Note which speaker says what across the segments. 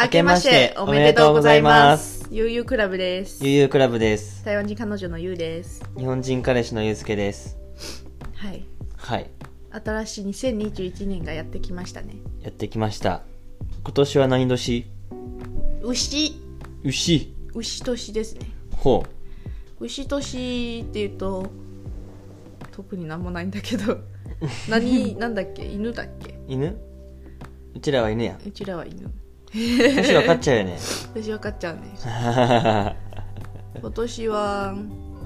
Speaker 1: 明けましておめでとうございます。ゆうゆうクラブです。
Speaker 2: ゆうゆうクラブです。
Speaker 1: 台湾人彼女のゆうです。
Speaker 2: 日本人彼氏のゆうすけです。
Speaker 1: はい。
Speaker 2: はい。
Speaker 1: 新しい2021年がやってきましたね。
Speaker 2: やってきました。今年は何年
Speaker 1: 牛、
Speaker 2: 牛。
Speaker 1: 牛年ですね。
Speaker 2: ほ
Speaker 1: 牛年っていうと、特になんもないんだけ ど、何、なんだっけ犬だっけ
Speaker 2: う。犬うちらは 犬や。
Speaker 1: うちらは犬。
Speaker 2: むしろ勝っちゃうよね。
Speaker 1: 私は飼っちゃうね。今年は、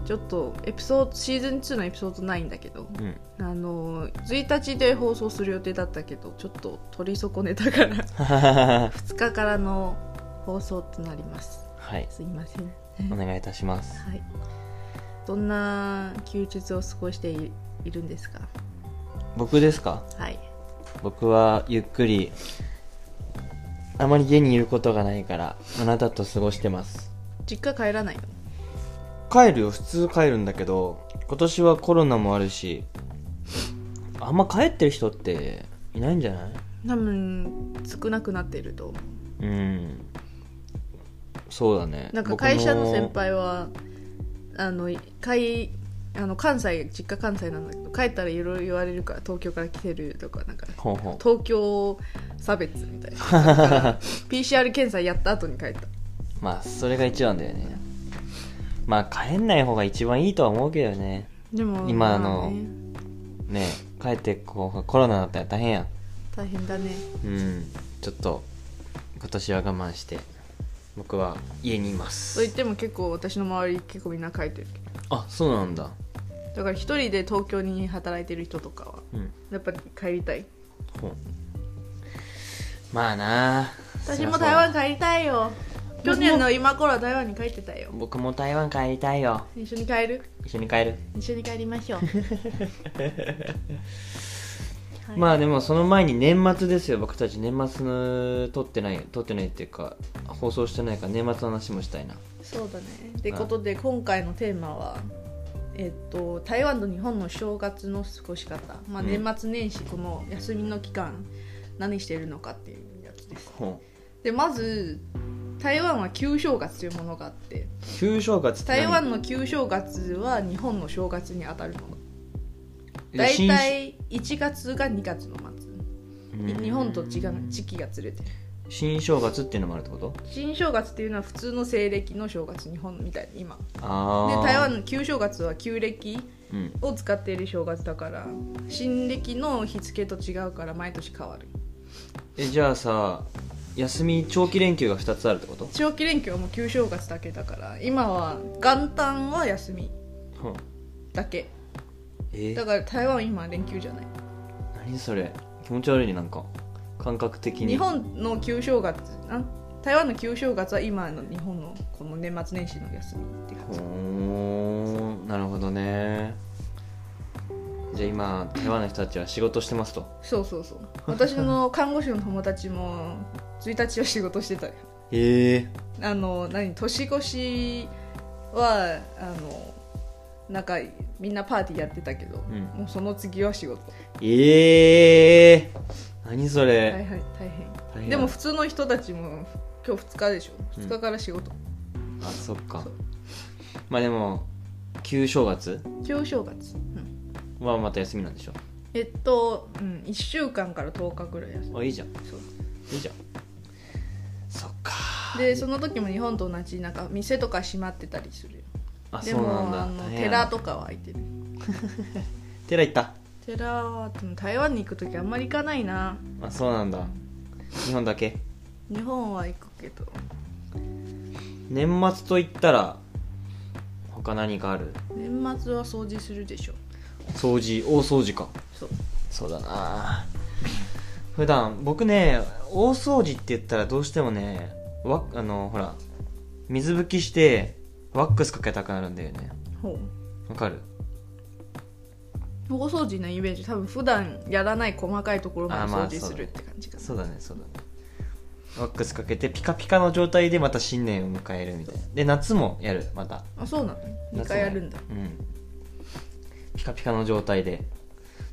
Speaker 1: ちょっとエピソード、シーズン2のエピソードないんだけど、
Speaker 2: うん。
Speaker 1: あの1日で放送する予定だったけどちょっと取り損ねたから2日からの放送となります
Speaker 2: はい。
Speaker 1: すいません
Speaker 2: お願いいたします。
Speaker 1: はいどんな休日を過ごしていいるんですか
Speaker 2: 僕ですか
Speaker 1: はい
Speaker 2: 僕はゆっくり、あまり家にいることがないから、あなたと過ごしてます。
Speaker 1: 実家帰らないの
Speaker 2: 帰るよ普通帰るんだけど今年はコロナもあるしあんま帰ってる人っていないんじゃない
Speaker 1: 多分少なくなっていると思
Speaker 2: うんそうだね
Speaker 1: うなんか
Speaker 2: 僕
Speaker 1: 会社の先輩はあの会あの関西実家関西なんだけど帰ったらいろいろ言われるから東京から来てるとかなんか
Speaker 2: ほうほ
Speaker 1: 東京差別みたい なだから PCR 検査やった後に帰った
Speaker 2: うまあそれが一番だよねまあ帰んない方が一番いいとは思うけどね
Speaker 1: でも
Speaker 2: 今あ
Speaker 1: ま
Speaker 2: の
Speaker 1: ね
Speaker 2: ねえ帰ってこうコロナだったら大変やん
Speaker 1: 大変だね
Speaker 2: うんちょっと今年は我慢して僕は家にいま
Speaker 1: と言っ
Speaker 2: す
Speaker 1: ても結構私の周り結構みんな帰ってるけ
Speaker 2: あそうなんだ
Speaker 1: どだから一人で東京に働いてる人とかは
Speaker 2: うん
Speaker 1: やっぱり帰りたい
Speaker 2: ほうまあなあ
Speaker 1: 私も台湾帰りたいよ去年の今頃は台湾に帰ってたよ
Speaker 2: 僕も台湾帰りたいよ
Speaker 1: 一緒に帰る
Speaker 2: 一緒に帰る、
Speaker 1: 一緒に帰りまし ょうはい
Speaker 2: まあでもその前に年末ですよ僕たち年末の撮ってない撮ってないっていうか放送してないから年末の話もしたいな
Speaker 1: そうだねってことで今回のテーマはえっと台湾と日本の正月の過ごし方、まあ、
Speaker 2: うん
Speaker 1: 年末年始この休みの期間何してるのかっていうやつです
Speaker 2: ほ
Speaker 1: でまず台湾は旧正月というものがあって
Speaker 2: う旧正月って何
Speaker 1: 台湾の旧正月は日本の正月に当たるもの
Speaker 2: え
Speaker 1: 大
Speaker 2: 新
Speaker 1: 体1月が2月の
Speaker 2: う
Speaker 1: 末
Speaker 2: ん
Speaker 1: 日本と違う時期がずれてる
Speaker 2: 新正月っていうのもあるってこと
Speaker 1: 新正月っていうのは普通の西暦の正月日本みたいに今で
Speaker 2: ああ
Speaker 1: 台湾の旧正月は旧暦
Speaker 2: うん
Speaker 1: を使っている正月だから新暦の日付と違うから毎年変わる
Speaker 2: えじゃあさ休み長期連休が2つあるってこと
Speaker 1: 長期連休はもう旧正月だけだから今は元旦は休み
Speaker 2: ほう
Speaker 1: だけ
Speaker 2: え
Speaker 1: だから台湾今連休じゃない
Speaker 2: 何それ気持ち悪いねなんか感覚的に
Speaker 1: 日本の旧正月あ台湾の旧正月は今の日本のこの年末年始の休みって感じ
Speaker 2: ほーなるほどねじゃあ今台湾の人たちは仕事してますと
Speaker 1: そうそうそう私の看護師の友達も1日は仕事してたよ
Speaker 2: へえ
Speaker 1: あの何年越しはあのなんかみんなパーティーやってたけど、
Speaker 2: ん
Speaker 1: もうその次は仕事
Speaker 2: ええ何そ
Speaker 1: 大
Speaker 2: れ、
Speaker 1: 変大
Speaker 2: 大
Speaker 1: 変
Speaker 2: 変
Speaker 1: でも普通の人たちも今日2日でしょ
Speaker 2: うん
Speaker 1: 2日から仕事、
Speaker 2: あそっか
Speaker 1: そう
Speaker 2: まあでも旧正月
Speaker 1: 旧正月、うん
Speaker 2: はまた休みなんでしょ
Speaker 1: えっと、うん、1週間から10日ぐらい休む
Speaker 2: あいいじゃん
Speaker 1: そう
Speaker 2: いいじゃんそっか
Speaker 1: でその時も日本と同じなんか店とか閉まってたりするよ
Speaker 2: あ
Speaker 1: で
Speaker 2: そうなん
Speaker 1: もあ
Speaker 2: だ
Speaker 1: の
Speaker 2: 大変や
Speaker 1: 寺
Speaker 2: な
Speaker 1: とかは開いてる
Speaker 2: 寺行った
Speaker 1: 寺はでも台湾に行く時あんまり行かないな
Speaker 2: あそうなんだ日本だけ
Speaker 1: 日本は行くけど
Speaker 2: 年末と言ったら他何かある
Speaker 1: 年末は掃除するでしょ
Speaker 2: 掃除大掃除か
Speaker 1: そう
Speaker 2: そうだな普段僕ね大掃除って言ったらどうしてもねわあのほら水拭きしてワックスかけたくなるんだよね
Speaker 1: ほ
Speaker 2: わかる
Speaker 1: う大掃除のイメージ多分普段やらない細かいところまで
Speaker 2: あま
Speaker 1: 掃
Speaker 2: あ
Speaker 1: 除するって感じかな、
Speaker 2: そうだねそうだねワックスかけてピカピカの状態でまた新年を迎えるみたいなで夏もやるまた
Speaker 1: あそうなの2回やるんだ
Speaker 2: 夏もうんピカピカの状態で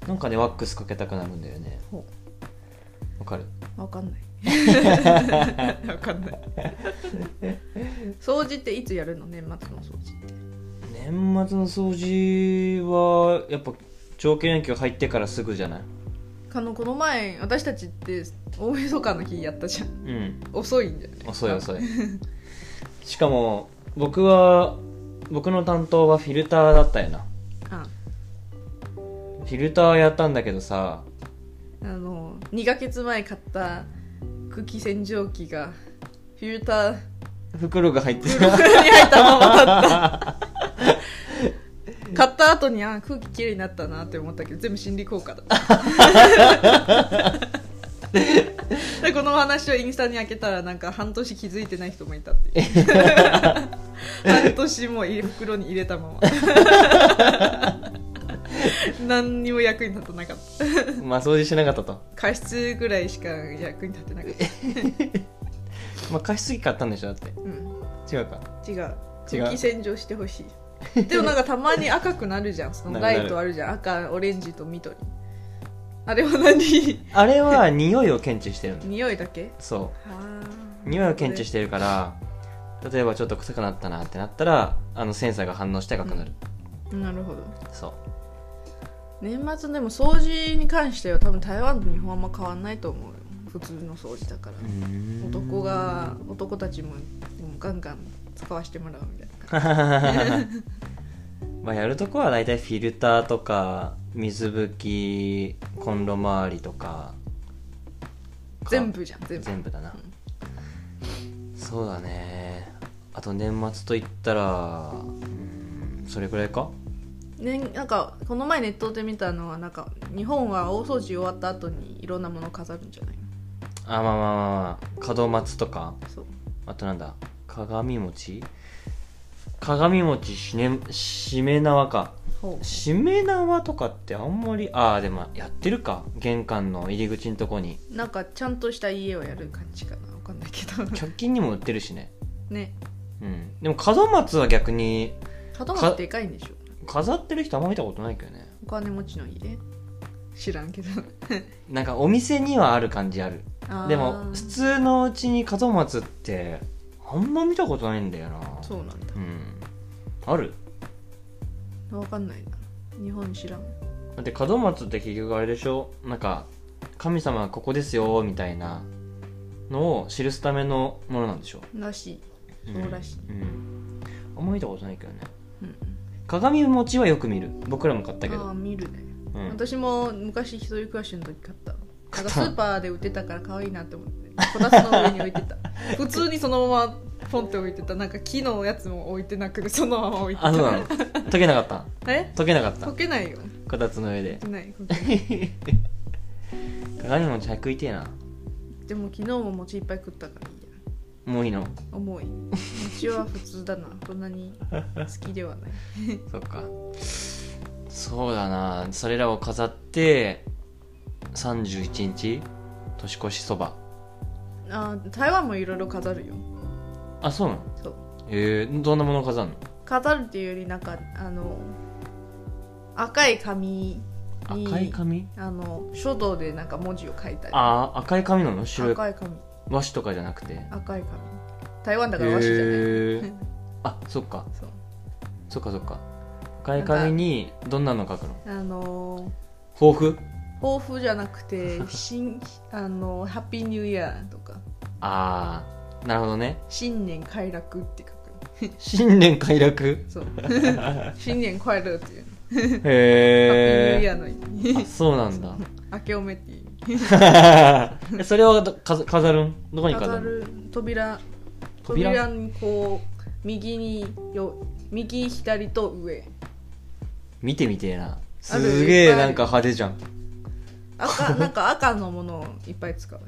Speaker 2: なんかねワックスかけたくなるんだよね
Speaker 1: ほ
Speaker 2: わかる
Speaker 1: う分かんない わかんない掃除っていつやるの年末の掃除って
Speaker 2: 年末の掃除はやっぱ長期連休入ってからすぐじゃない
Speaker 1: あのこの前私たちって大晦日の日やったじゃん
Speaker 2: うん
Speaker 1: 遅いんだよね
Speaker 2: 遅い遅い しかも僕は僕の担当はフィルターだったよな
Speaker 1: あ
Speaker 2: フィルターやったんだけどさ
Speaker 1: あの2ヶ月前買った空気洗浄機がフィルター
Speaker 2: 袋が入って
Speaker 1: 袋に入ったままだった買った後にあ空気きれいになったなって思ったけど全部心理効果だでこの話をインスタに開けたらなんか半年気づいてない人もいたっていう半年も入れ袋に入れたまま何にも役に立たなかった
Speaker 2: まあ掃除しなかったと
Speaker 1: 加湿ぐらいしか役に立ってなかった、
Speaker 2: まあ加湿器買ったんでしょだって
Speaker 1: うん、
Speaker 2: 違 うか
Speaker 1: 違う空気洗浄してほしいでもなんかたまに赤くなるじ ゃんそのライトあるじゃん赤オレンジと緑あれは何
Speaker 2: あれは匂いを検知してるの
Speaker 1: 匂いだけ
Speaker 2: そ
Speaker 1: あ
Speaker 2: う匂いを検知しててるから例えばちょっと臭くなったなってなったらあのセンサーが反応して赤くなる、
Speaker 1: なるほど
Speaker 2: そう
Speaker 1: 年末でも掃除に関しては多分台湾と日本あんま変わんないと思うよ普通の掃除だから男が男たちももうガンガン使わせてもらうみたいな
Speaker 2: まあやるとこは大体フィルターとか水拭きコンロ周りとかか
Speaker 1: 全部じゃん全部
Speaker 2: 全部だな、そうだねあと年末といったらうんそれくらいか
Speaker 1: ね、なんかこの前ネットで見たのはなんか日本は大掃除終わった後にいろんなものを飾るんじゃない
Speaker 2: あまあまあまあまあ門松とか
Speaker 1: のそう
Speaker 2: あとなんだ鏡餅鏡餅し,、ね、しめ縄か
Speaker 1: ほう
Speaker 2: しめ縄とかってあんまりああでもやってるか玄関の入り口のとこ に
Speaker 1: なんかちゃんとした家をやる感じかなわかんないけ ど
Speaker 2: 100均にも売ってるしね
Speaker 1: ね
Speaker 2: うんでも門松は逆に
Speaker 1: 門松でかいんでしょ
Speaker 2: 飾ってる人あんま見たことないけどね
Speaker 1: お金持ちの家知らんけど
Speaker 2: なんかお店にはある感じある
Speaker 1: あー
Speaker 2: でも普通のうちに門松ってあんま見たことないんだよな
Speaker 1: そうなんだ
Speaker 2: うんある
Speaker 1: わかんないな日本知らん
Speaker 2: だって門松って結局あれでしょなんか神様はここですよみたいなのを記すためのものなんでしょ
Speaker 1: らしいそうらしい、
Speaker 2: うんあんま見たことないけどね
Speaker 1: うん
Speaker 2: 鏡餅はよく見る僕らも買ったけ
Speaker 1: ああ
Speaker 2: ど、
Speaker 1: 見るね、
Speaker 2: うん
Speaker 1: 私も昔一人暮らしの時買ったなんかス
Speaker 2: 買った
Speaker 1: ーパーで売ってたから可愛いなって思ってこたつの上に置いて た普通にそのままポンって置いてたなんか木のやつも置いてなくてそのまま置いて
Speaker 2: あそうな
Speaker 1: た
Speaker 2: の溶けなかった
Speaker 1: え
Speaker 2: 溶けなかった
Speaker 1: 溶けないよ
Speaker 2: こたつの上で
Speaker 1: 溶けない溶けない
Speaker 2: 鏡餅早くいてえな
Speaker 1: でも昨日も餅いっぱい食ったからいいや
Speaker 2: もういいの
Speaker 1: 重い餅は普通 だなそんなに好きではない
Speaker 2: そっかそうだなそれらを飾って31日年越しそば
Speaker 1: あー台湾もいろいろ飾るよ
Speaker 2: あそうなの
Speaker 1: そう
Speaker 2: えー、どんなもの飾るの
Speaker 1: 飾るっていうよりなんかあの赤い紙に
Speaker 2: 赤い紙
Speaker 1: あの書道でなんか文字を書いたり
Speaker 2: あー赤い紙なの白い
Speaker 1: 赤い紙
Speaker 2: 和紙とかじゃなくてへ
Speaker 1: 赤い紙台湾だから和紙じゃない、
Speaker 2: えあそっか
Speaker 1: そう
Speaker 2: そっかそっか赤い紙にどんなの書くの
Speaker 1: あの
Speaker 2: 抱負
Speaker 1: ー抱負じゃなくて新あのーハッピーニューイヤーとか
Speaker 2: ああなるほどね
Speaker 1: 新年快楽って書く
Speaker 2: 新年 快楽
Speaker 1: そう新年快楽っていうの、ハッピーニュー
Speaker 2: へ
Speaker 1: イ
Speaker 2: え
Speaker 1: ヤーの意味
Speaker 2: あそうな んだ
Speaker 1: 明けおめっていう意味
Speaker 2: えそれをど飾飾るんどこに飾
Speaker 1: 飾
Speaker 2: るの
Speaker 1: る扉
Speaker 2: 扉
Speaker 1: 扉にこう右によ右左と上
Speaker 2: 見てみてえな
Speaker 1: ある
Speaker 2: すげ
Speaker 1: いっぱ
Speaker 2: え
Speaker 1: いあ
Speaker 2: な
Speaker 1: る
Speaker 2: んか派手じゃん、
Speaker 1: 赤なんか赤のものをいっぱい使う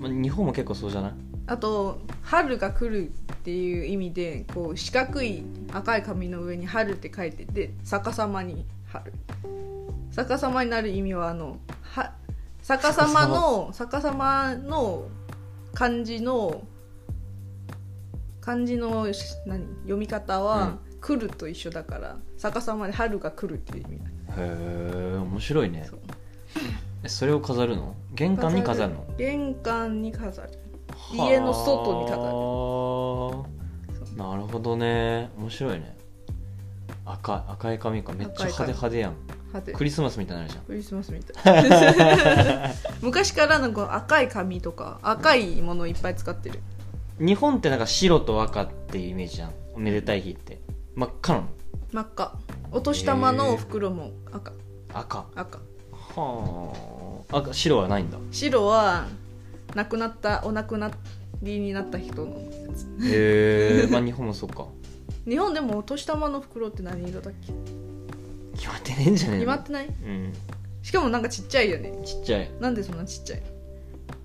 Speaker 2: まあ、日本も結構そうじゃない
Speaker 1: あと「春が来る」っていう意味でこう四角い赤い紙の上に「春」って書いてて逆さまに「春」逆さまになる意味はあのは逆さまの逆さまの漢字の漢字のし何読み方は「来る」と一緒だから逆さまで「春が来る」っていう意味
Speaker 2: へえ面白いね
Speaker 1: そう
Speaker 2: えそれを飾るの玄関に飾るの
Speaker 1: 玄関に飾る家の外に飾る
Speaker 2: るなるほどね面白いね赤い赤い髪かめっちゃ派手派手やん
Speaker 1: はて
Speaker 2: クリスマスみたいになるじゃん
Speaker 1: クリスマスみたい昔からのこの赤い紙とか赤いものをいっぱい使ってる
Speaker 2: 日本ってなんか白と赤っていうイメージじゃんおめでたい日って真っ赤なの
Speaker 1: 真っ赤お年玉のお袋も赤
Speaker 2: 赤
Speaker 1: 赤
Speaker 2: はあ赤白はないんだ
Speaker 1: 白は亡くなったお亡くなりになった人のやつ
Speaker 2: へえまあ日本もそうか
Speaker 1: 日本でもお年玉の袋って何色だっけ
Speaker 2: 決まってねえんじゃねえ
Speaker 1: 決ま
Speaker 2: の
Speaker 1: ってない
Speaker 2: うん
Speaker 1: しかもなんかちっちゃいよね
Speaker 2: ちっちゃい
Speaker 1: なんでそんなちっちゃいの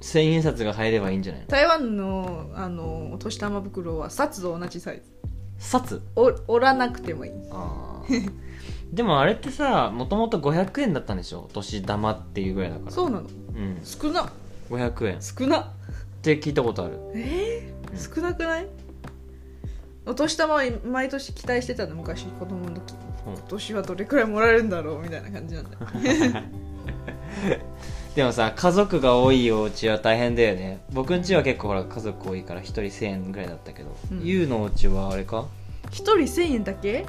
Speaker 2: 千円札が入ればいいんじゃないの
Speaker 1: 台湾のあのお年玉袋は札と同じサイズ
Speaker 2: 札
Speaker 1: お折らなくてもいい
Speaker 2: あー でもあれってさもともと500円だったんでしょお年玉っていうぐらいだから
Speaker 1: そうなの
Speaker 2: うん
Speaker 1: 少な
Speaker 2: 500円っ
Speaker 1: 少な
Speaker 2: て聞いたことある
Speaker 1: え
Speaker 2: うん
Speaker 1: ー、少なくないお年玉は毎年期待してたの昔子供の時
Speaker 2: うん
Speaker 1: 今年はどれくらいもらえるんだろうみたいな感じなん だ
Speaker 2: でもさ家族が多いお家は大変だよね僕ん家は結構ほら家族多いから1人1000円ぐらいだったけど、
Speaker 1: うん
Speaker 2: ゆうのお家はあれか
Speaker 1: 一人1000円だけ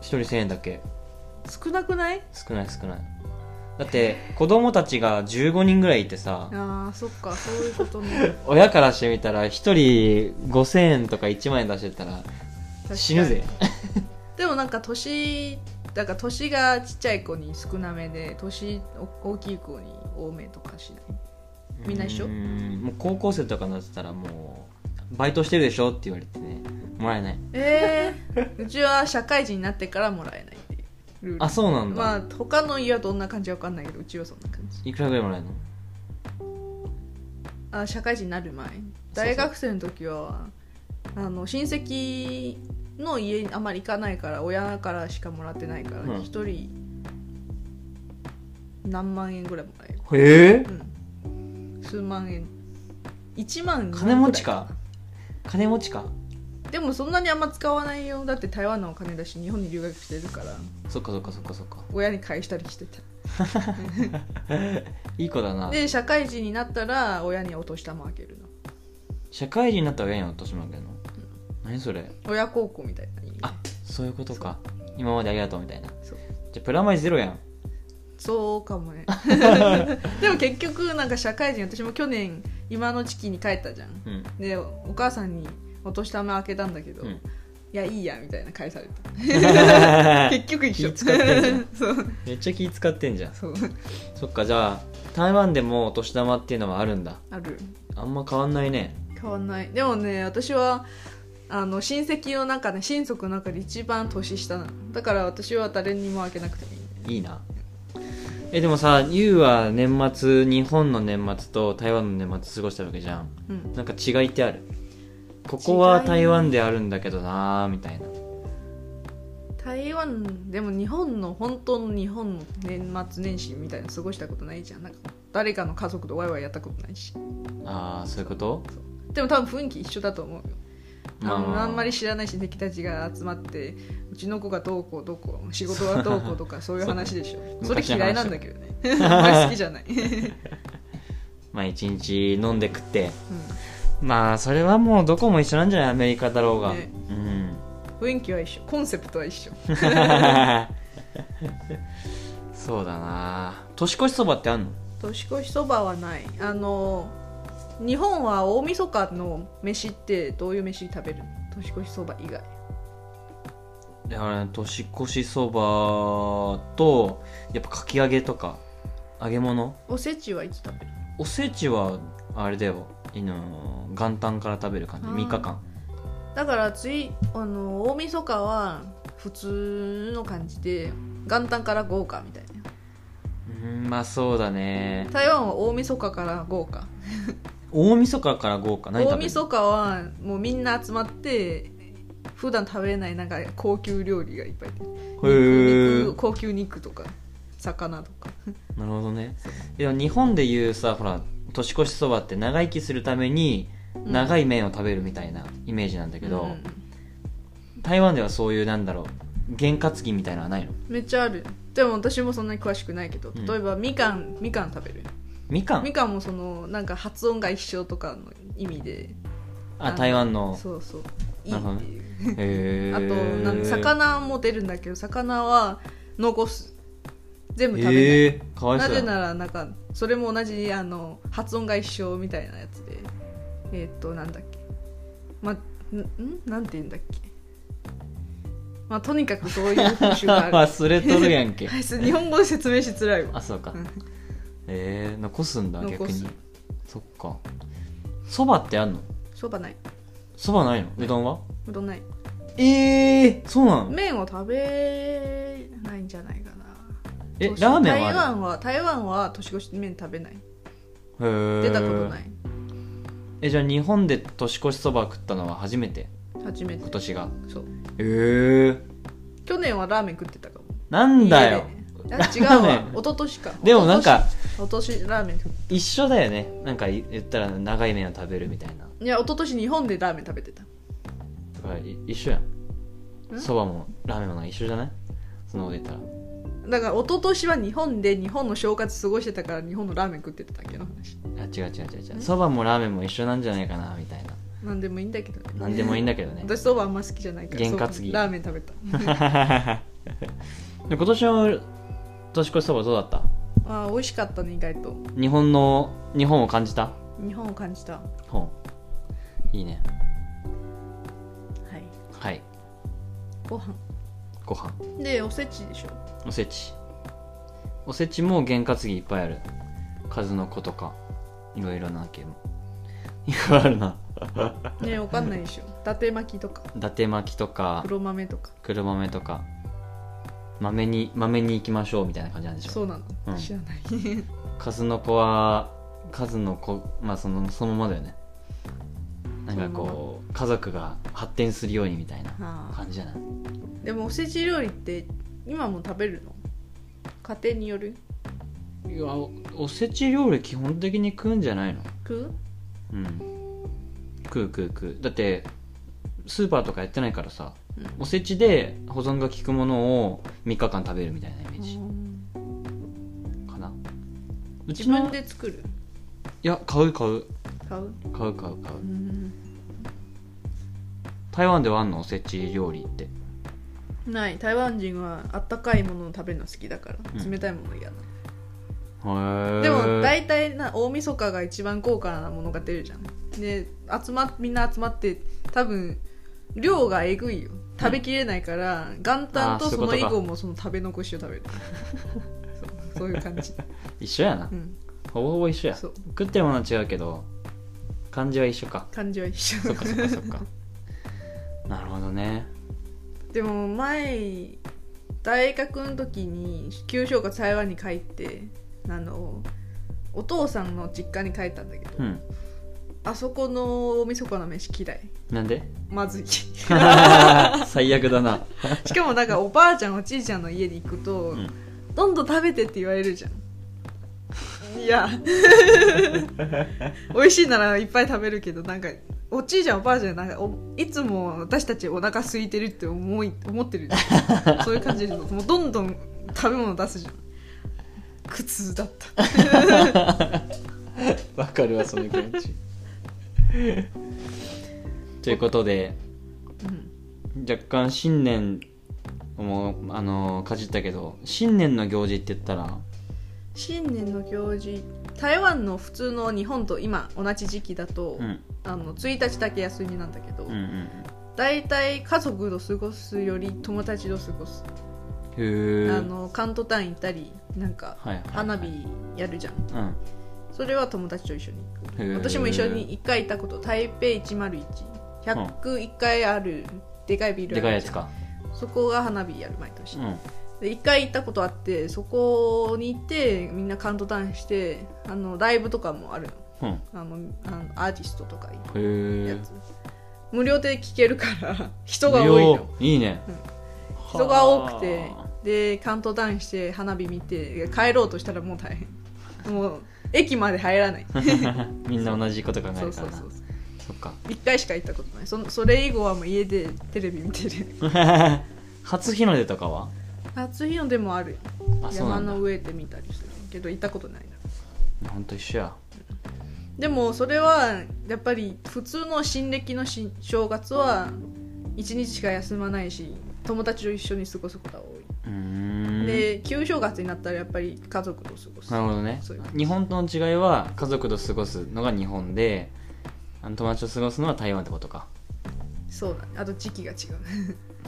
Speaker 2: 1人1000円だけ
Speaker 1: 少なくない
Speaker 2: 少ない少ないだって子供たちが15人ぐらいいてさ
Speaker 1: あーそっかそういうこと ね
Speaker 2: 親からしてみたら1人5000円とか1万円出してたら
Speaker 1: 確かに
Speaker 2: 死ぬぜ
Speaker 1: でもなんか年だから年がちっちゃい子に少なめで年お大きい子に多めとかしないみんな一緒
Speaker 2: うーんもう高校生とかになってたらもうバイトしてるでしょって言われてねもらえない
Speaker 1: えー、 うちは社会人になってからもらえないっていうルール
Speaker 2: あそうなんだ、
Speaker 1: まあ他の家はどんな感じか分かんないけどうちはそんな感じ
Speaker 2: いくらぐらいもらえるの
Speaker 1: あ社会人になる前大学生の時はあの親戚の家にあまり行かないから親からしかもらってないから
Speaker 2: うん
Speaker 1: 一、人何万円ぐらいもらえる、
Speaker 2: へえ
Speaker 1: うん、数万円1万
Speaker 2: 金持ちか金持ちか
Speaker 1: でもそんなにあんま使わないよだって台湾のお金だし日本に留学してるから
Speaker 2: そっかそっかそっかそっか
Speaker 1: 親に返したりしてた
Speaker 2: いい子だな
Speaker 1: で社会人になったら親にお年玉あげるの
Speaker 2: 社会人になったら親に落としまけの、何それ
Speaker 1: 親孝行みたいな意味
Speaker 2: あそういうことか今までありがとうみたいな
Speaker 1: そう
Speaker 2: じゃあプラマイゼロやん
Speaker 1: そうかもね でも結局なんか社会人私も去年今の時期に帰ったじゃん
Speaker 2: うん
Speaker 1: でお母さんにお年玉開けたんだけど、
Speaker 2: うん
Speaker 1: いやいいやみたいな返された結局一緒
Speaker 2: 気使ってんじゃん
Speaker 1: そう
Speaker 2: めっちゃ気使ってんじゃん
Speaker 1: そう
Speaker 2: そっかじゃあ台湾でもお年玉っていうのはあるんだ
Speaker 1: ある
Speaker 2: あんま変わんないね
Speaker 1: 変わんないでもね私はあの親戚の中で親族の中で一番年下なのだから私は誰にも開けなくてもいいね
Speaker 2: いいなえでもさゆうは年末日本の年末と台湾の年末過ごしたわけじゃん
Speaker 1: うん
Speaker 2: なんか違いってあるここは台湾であるんだけどなーみたいな
Speaker 1: 台湾でも日本の本当の日本の年末年始みたいなの過ごしたことないじゃんなんか誰かの家族とワイワイやったことないし
Speaker 2: ああそういうこと
Speaker 1: でも多分雰囲気一緒だと思うよあの
Speaker 2: まあ
Speaker 1: あんまり知らない親戚たちが集まってうちの子がどうこうどうこう仕事はどうこうと かそういう話でしょそれ
Speaker 2: 昔の話
Speaker 1: 嫌いなんだけどね あんまり好きじゃない、
Speaker 2: まあ一日飲んで食ってまあそれはもうどこも一緒なんじゃないアメリカだろうが、
Speaker 1: ね
Speaker 2: うん
Speaker 1: うん、雰囲気は一緒コンセプトは一緒
Speaker 2: そうだな年越しそばってあんの
Speaker 1: 年越しそばはないあの日本は大晦日の飯ってどういう飯食べるの年越しそば以外
Speaker 2: だからね年越しそばとやっぱかき揚げとか揚げ物
Speaker 1: おせちはいつ食べる
Speaker 2: おせちはあれだよあの元旦から食べる感じ
Speaker 1: あー
Speaker 2: 3日間
Speaker 1: だからついあの大晦日は普通の感じで元旦から豪華みたいな
Speaker 2: うんまあそうだね
Speaker 1: 台湾は大晦日から豪華
Speaker 2: 大晦日から豪華何食べ
Speaker 1: 大
Speaker 2: る
Speaker 1: 晦日はもうみんな集まって普段食べれないなんか高級料理がいっぱい肉
Speaker 2: へ
Speaker 1: 肉
Speaker 2: ー
Speaker 1: 高級肉とか魚とか
Speaker 2: なるほどねでも日本でいうさほら年越しそばって長生きするために
Speaker 1: ん
Speaker 2: 長い麺を食べるみたいなイメージなんだけど、
Speaker 1: うんうん
Speaker 2: 台湾ではそういうなんだろう験担ぎみたいなのはないの
Speaker 1: めっちゃあるでも私もそんなに詳しくないけど
Speaker 2: うん
Speaker 1: 例えばみかんみかん食べる
Speaker 2: みか
Speaker 1: み
Speaker 2: ん
Speaker 1: かんもそのなんか発音が一緒とかの意味で
Speaker 2: あ台湾の
Speaker 1: そうそういい
Speaker 2: なるほど
Speaker 1: っ
Speaker 2: ね
Speaker 1: ていう
Speaker 2: へ
Speaker 1: あと
Speaker 2: ー
Speaker 1: なんか魚も出るんだけど魚は残す全部食べない、
Speaker 2: へえかわいそ
Speaker 1: な
Speaker 2: う
Speaker 1: ぜ
Speaker 2: や
Speaker 1: ならなんかそれも同じあの発音が一緒みたいなやつでえーっ、となんだっけまんんなんて言うんだっけまあとにかくそういう風習がある
Speaker 2: 忘れとるやん け
Speaker 1: はいす日本語で説明しづらいわ
Speaker 2: あそうか
Speaker 1: うん
Speaker 2: えー、残すんだ
Speaker 1: 残
Speaker 2: 逆
Speaker 1: す
Speaker 2: にそっかそばってあんの
Speaker 1: そばないう
Speaker 2: そばないのうどんは
Speaker 1: うどんない
Speaker 2: ええー、そうなの
Speaker 1: 麺を食べないんじゃないかな
Speaker 2: え
Speaker 1: 年
Speaker 2: ラーメン
Speaker 1: 台
Speaker 2: はある
Speaker 1: 湾は台湾は年越し麺食べない
Speaker 2: へー
Speaker 1: 出たことない
Speaker 2: えじゃあ日本で年越しそば食ったのは初めて
Speaker 1: 初めて
Speaker 2: 今年が
Speaker 1: そう
Speaker 2: えー、
Speaker 1: 去年はラーメン食ってたかも
Speaker 2: なんだよ
Speaker 1: 家であ違う
Speaker 2: ラ
Speaker 1: わ
Speaker 2: ーメン
Speaker 1: 一昨年か
Speaker 2: でもなんか
Speaker 1: 一昨年一昨年ラーメン食っ
Speaker 2: 一緒だよねなんか言ったら長い麺を食べるみたいない
Speaker 1: や一昨年日本でラーメン食べてた
Speaker 2: だからい一緒やん
Speaker 1: ん
Speaker 2: そばもラーメンもなんか一緒じゃないそんなこと言ったら
Speaker 1: だから一昨年は日本で日本の正月過ごしてたから日本のラーメン食ってただけの話
Speaker 2: あ違う違う違う違うそばもラーメンも一緒なんじゃないかなみたいな
Speaker 1: なんでもいいんだけどね
Speaker 2: なんでもいいんだけどね
Speaker 1: 私そばあんま好きじゃないから
Speaker 2: 験担ぎ
Speaker 1: そばラーメン食べた
Speaker 2: で今年の年越しそばどうだった
Speaker 1: あー美味しかったね意外と
Speaker 2: 日本の日本を感じた
Speaker 1: 日本を感じたは
Speaker 2: ほういいね
Speaker 1: い
Speaker 2: はい
Speaker 1: ご飯
Speaker 2: ご飯
Speaker 1: でおせちでしょ
Speaker 2: おせちおせちも験担ぎいっぱいある数の子とかいろいろな系も いろいろあるな
Speaker 1: ねわかんないでしょ伊達巻きとか
Speaker 2: 伊達巻きとか
Speaker 1: 黒豆とか
Speaker 2: 黒豆とか豆に豆に行きましょうみたいな感じなんでしょ
Speaker 1: そうなの、
Speaker 2: うん
Speaker 1: 知らない
Speaker 2: 数の子は数の子まあそのそのままだよねなんか
Speaker 1: そ
Speaker 2: こう家族が発展するようにみたいな
Speaker 1: あー
Speaker 2: 感じじゃない
Speaker 1: でもおせち料理って今も食べるの家庭による
Speaker 2: いやおおせち料理基本的に食うんじゃないの
Speaker 1: 食う
Speaker 2: うん食う食う食うだってスーパーとかやってないからさ、
Speaker 1: う
Speaker 2: おせちで保存が効くものを3日間食べるみたいなイメージ
Speaker 1: うん
Speaker 2: かなう
Speaker 1: 自
Speaker 2: ちの
Speaker 1: 分で作る
Speaker 2: いや買う買う
Speaker 1: 買う
Speaker 2: 買う買う買う
Speaker 1: うん
Speaker 2: 台湾ではあんのおせち料理って
Speaker 1: ない台湾人はあったかいものを食べるの好きだから、
Speaker 2: うん
Speaker 1: 冷たいもの嫌だ
Speaker 2: へえ
Speaker 1: でも大体な大晦日が一番高価なものが出るじゃんで集まみんな集まって多分量がえぐいよ食べきれないから、元旦
Speaker 2: あー
Speaker 1: と
Speaker 2: そう
Speaker 1: そ
Speaker 2: いうこと
Speaker 1: の
Speaker 2: か
Speaker 1: 以後もその食べ残しを 食べるそうそういう感じ、
Speaker 2: 一緒やな
Speaker 1: うん、
Speaker 2: ほぼほぼ一緒や
Speaker 1: そう
Speaker 2: 食ってるものは違うけど感じは一緒か
Speaker 1: 感じは一緒
Speaker 2: そっかそっかそっかなるほどね
Speaker 1: でも前大学の時に旧正月台湾に帰ってあのお父さんの実家に帰ったんだけど、
Speaker 2: うん
Speaker 1: あそこの大晦日の飯嫌い
Speaker 2: な んで
Speaker 1: ま ずいし
Speaker 2: 最悪だな
Speaker 1: かもなんかおばあちゃんおじいちゃんの家に行くと、
Speaker 2: うん
Speaker 1: どんどん食べてって言われるじゃんいや 美味しいならいっぱい食べるけどなんかおじいちゃんおばあちゃんなんかおいつも私たちお腹空いてるって思い思ってるじ ゃんそういう感じでもうどんどん食べ物出すじゃん苦痛だった
Speaker 2: わかるわその気 持ちということで
Speaker 1: うん
Speaker 2: 若干新年もあのかじったけど新年の行事って言ったら
Speaker 1: 新年の行事台湾の普通の日本と今同じ時期だと、
Speaker 2: うん
Speaker 1: あの1日だけ休みなんだけど、
Speaker 2: うんうん
Speaker 1: 大体家族と過ごすより友達と過ごす、
Speaker 2: へえ
Speaker 1: あの関東単位行ったりなんか
Speaker 2: はいはいはい
Speaker 1: 花火やるじゃん、
Speaker 2: うん
Speaker 1: それは友達と一緒に行
Speaker 2: へー
Speaker 1: く私も一緒に1回行ったこと台北101101回あるでかいビル
Speaker 2: でか
Speaker 1: ある
Speaker 2: いや
Speaker 1: じ
Speaker 2: つ
Speaker 1: ゃん
Speaker 2: か
Speaker 1: そこが花火やる毎年、
Speaker 2: うん
Speaker 1: で1回行ったことあってそこに行ってみんなカウントダウンしてあのライブとかもあるの
Speaker 2: うん
Speaker 1: あのあのアーティストとかい
Speaker 2: へ
Speaker 1: るや
Speaker 2: え
Speaker 1: つ、無料で聴けるから 人が多いの
Speaker 2: よいいね
Speaker 1: うん
Speaker 2: はあ
Speaker 1: 人が多くてでカウントダウンして花火見て帰ろうとしたらもう大変もう駅まで入らない
Speaker 2: みんな同じこと考えるか
Speaker 1: そ
Speaker 2: らな
Speaker 1: うそうそう
Speaker 2: そっか
Speaker 1: 1回しか行ったことないそそれ以後はもう家でテレビ見てる
Speaker 2: 初日の出とかは
Speaker 1: 暑いのでもあるよ
Speaker 2: あそうな
Speaker 1: 山
Speaker 2: んだ
Speaker 1: の上で見たりするけど行ったことないな
Speaker 2: ほんと一緒や
Speaker 1: でもそれはやっぱり普通の新暦のし正月は一日しか休まないし友達と一緒に過ごすことが多い、
Speaker 2: うーん
Speaker 1: で旧正月になったらやっぱり家族と過ごす
Speaker 2: なるほどね
Speaker 1: そういう
Speaker 2: 日本との違いは家族と過ごすのが日本であの友達と過ごすのは台湾ってことか
Speaker 1: そうだねあと時期が違う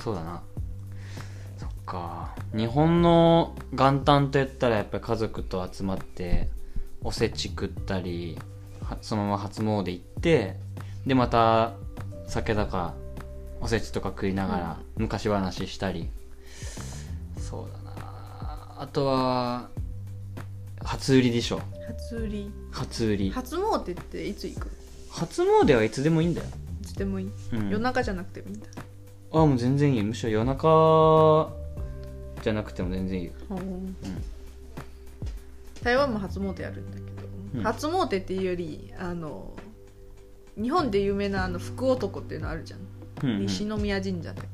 Speaker 2: そうだなそっか日本の元旦といったらやっぱり家族と集まっておせち食ったりはそのまま初詣行ってでまた酒だかおせちとか食いながら昔話したり、そうだなあとは初売りでしょ
Speaker 1: 初売り
Speaker 2: 初売り
Speaker 1: 初詣っていつ行く
Speaker 2: 初詣はいつでもいいんだよ、
Speaker 1: いつでもいい、
Speaker 2: うん
Speaker 1: 夜中じゃなくてもいいんだ
Speaker 2: あもう全然いいむしろ夜中じゃなくても全然いいよ
Speaker 1: 台湾も初詣やるんだけど、
Speaker 2: うん
Speaker 1: 初詣っていうよりあの日本で有名なあの福男っていうのあるじゃん、
Speaker 2: うんうん
Speaker 1: 西宮神社だっ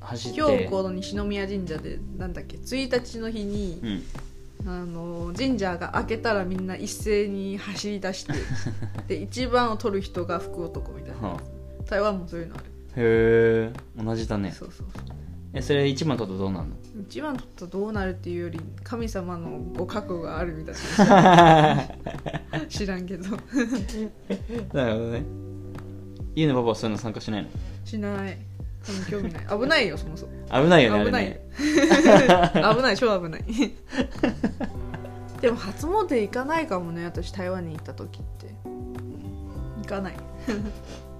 Speaker 2: 走
Speaker 1: け
Speaker 2: って
Speaker 1: 京都の西宮神社でなんだっけ1日の日に
Speaker 2: う、ん、
Speaker 1: あの神社が開けたらみんな一斉に走り出してで一番を取る人が福男みたいな、
Speaker 2: はあ
Speaker 1: 台湾もそういうのある、
Speaker 2: へえ同じだね
Speaker 1: そうそうそう
Speaker 2: えそれ一番取ったらどうなるの
Speaker 1: 一番取ったらどうなるっていうより神様のご加護があるみたいな知らんけど
Speaker 2: なるほどねゆうのパパはそういうの参加しないの
Speaker 1: しない多分興味ない危ないよそもそも
Speaker 2: 危ないよね
Speaker 1: 危な
Speaker 2: あ
Speaker 1: い
Speaker 2: れ
Speaker 1: よ
Speaker 2: ね
Speaker 1: 危ない超危ないでも初詣行かないかもね私台湾に行った時って行かない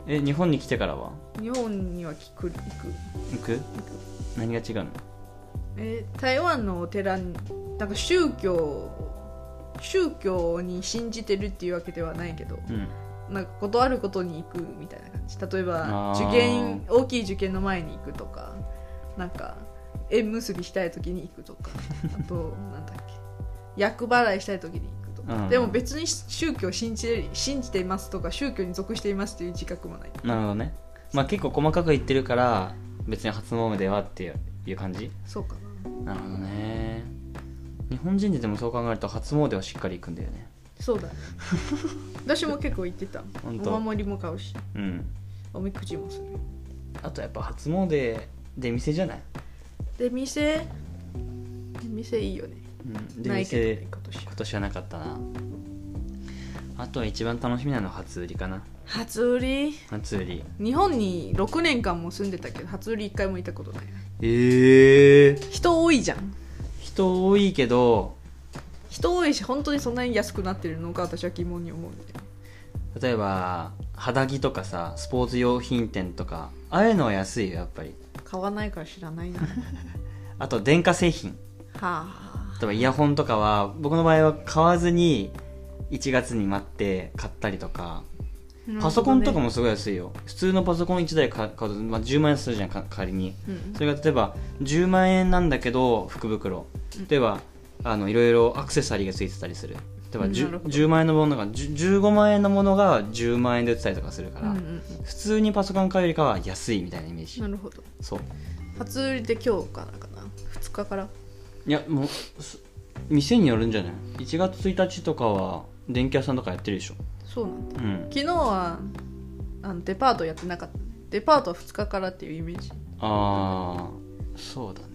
Speaker 2: え日本に来てからは
Speaker 1: 日本には来く行く
Speaker 2: 行く何が違うの
Speaker 1: えー台湾のお寺になんか宗教宗教に信じてるっていうわけではないけど
Speaker 2: うん
Speaker 1: なんか断ることに行くみたいな感じ例えば
Speaker 2: あ
Speaker 1: 受
Speaker 2: ー
Speaker 1: 験大きい受験の前に行くとかなんか縁結びしたい時に行くと かあとなんだっけ厄払いしたい時に行くとか、
Speaker 2: うん
Speaker 1: でも別に宗教を信じて信じていますとか宗教に属していますっていう自覚もない
Speaker 2: なるほどねまあ結構細かく言ってるから別に初詣ではっていういう感じ
Speaker 1: そうかな
Speaker 2: なるほどね日本人ででもそう考えると初詣はしっかり行くんだよね
Speaker 1: そう だね私も結構行ってたお
Speaker 2: 本当
Speaker 1: 守りも買うし
Speaker 2: うん
Speaker 1: おみくじもする
Speaker 2: あとやっぱ初詣で店じゃない、
Speaker 1: で店出店いいよね
Speaker 2: うん、で
Speaker 1: ないけ
Speaker 2: 店
Speaker 1: どね今年
Speaker 2: 今年はなかったなあとは一番楽しみなのは初売りかな
Speaker 1: 初売り
Speaker 2: 初売り
Speaker 1: 日本に6年間も住んでたけど初売り1回も行ったことない
Speaker 2: ええ
Speaker 1: 人多いじゃん
Speaker 2: 人多いけど
Speaker 1: 人多いし本当にそんなに安くなってるのか私は疑問に思うんで
Speaker 2: 例えば肌着とかさスポーツ用品店とかああいうのは安いよやっぱり
Speaker 1: 買わないから知らないな は
Speaker 2: あと電化製品
Speaker 1: あ
Speaker 2: 例えばイヤホンとかは僕の場合は買わずに1月に待って買ったりとかパソコンとか、もすごい安いよ普通のパソコン1台買う買うと、まあ、10万円するじゃんか仮に
Speaker 1: なるほどね
Speaker 2: それが例えば10万円なんだけど福袋例えばあのいろいろアクセサリーがついてたりする例えば
Speaker 1: うん
Speaker 2: 10,
Speaker 1: なるほど
Speaker 2: 10万円のものが10 15万円のものが10万円で売ってたりとかするか
Speaker 1: うん
Speaker 2: ら、
Speaker 1: うんうん
Speaker 2: 普通にパソコン買うよりかは安いみたいなイメー
Speaker 1: うん
Speaker 2: ジ
Speaker 1: なるほど
Speaker 2: そう
Speaker 1: 初売りって今日からかな2日から
Speaker 2: いやもうす店によるんじゃない1月1日とかは電気屋さんとかやってるでしょ
Speaker 1: そうなんだ
Speaker 2: うん
Speaker 1: 昨日はあのデパートやってなかったねデパートは2日からっていうイメージ
Speaker 2: ああそうだね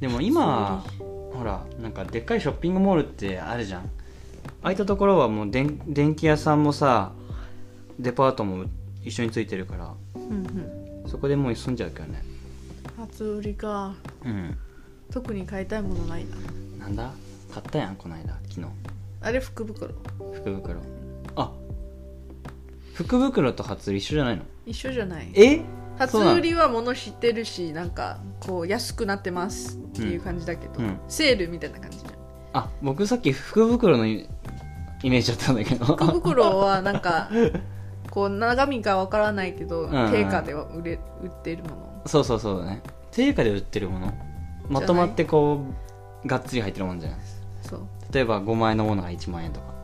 Speaker 2: でも今ほらなんかでっかいショッピングモールってあるじゃんああいったところはもうでん電気屋さんもさデパートも一緒についてるから
Speaker 1: うんうん
Speaker 2: そこでもう住んじゃうけどね
Speaker 1: 初売りか
Speaker 2: うん
Speaker 1: 特に買いたいものないな
Speaker 2: なんだ買ったやんこの間昨日
Speaker 1: あれ福袋
Speaker 2: 福袋あ福袋と初売り一緒じゃないの
Speaker 1: 一緒じゃない
Speaker 2: え
Speaker 1: 初売りは物知ってるしなんかこう安くなってますっていう感じだけど、
Speaker 2: うんうん
Speaker 1: セールみたいな感じじゃん
Speaker 2: あ僕さっき福袋のイイメージだったんだけど
Speaker 1: 福袋はなん かこう中身かわからないけど、
Speaker 2: んうん
Speaker 1: 定価では売れ売ってるもの
Speaker 2: そうそうそうだね定価で売ってるものまとまってこうがっつり入ってるもんじゃない
Speaker 1: そう
Speaker 2: 例えば5万円のものが1万円とか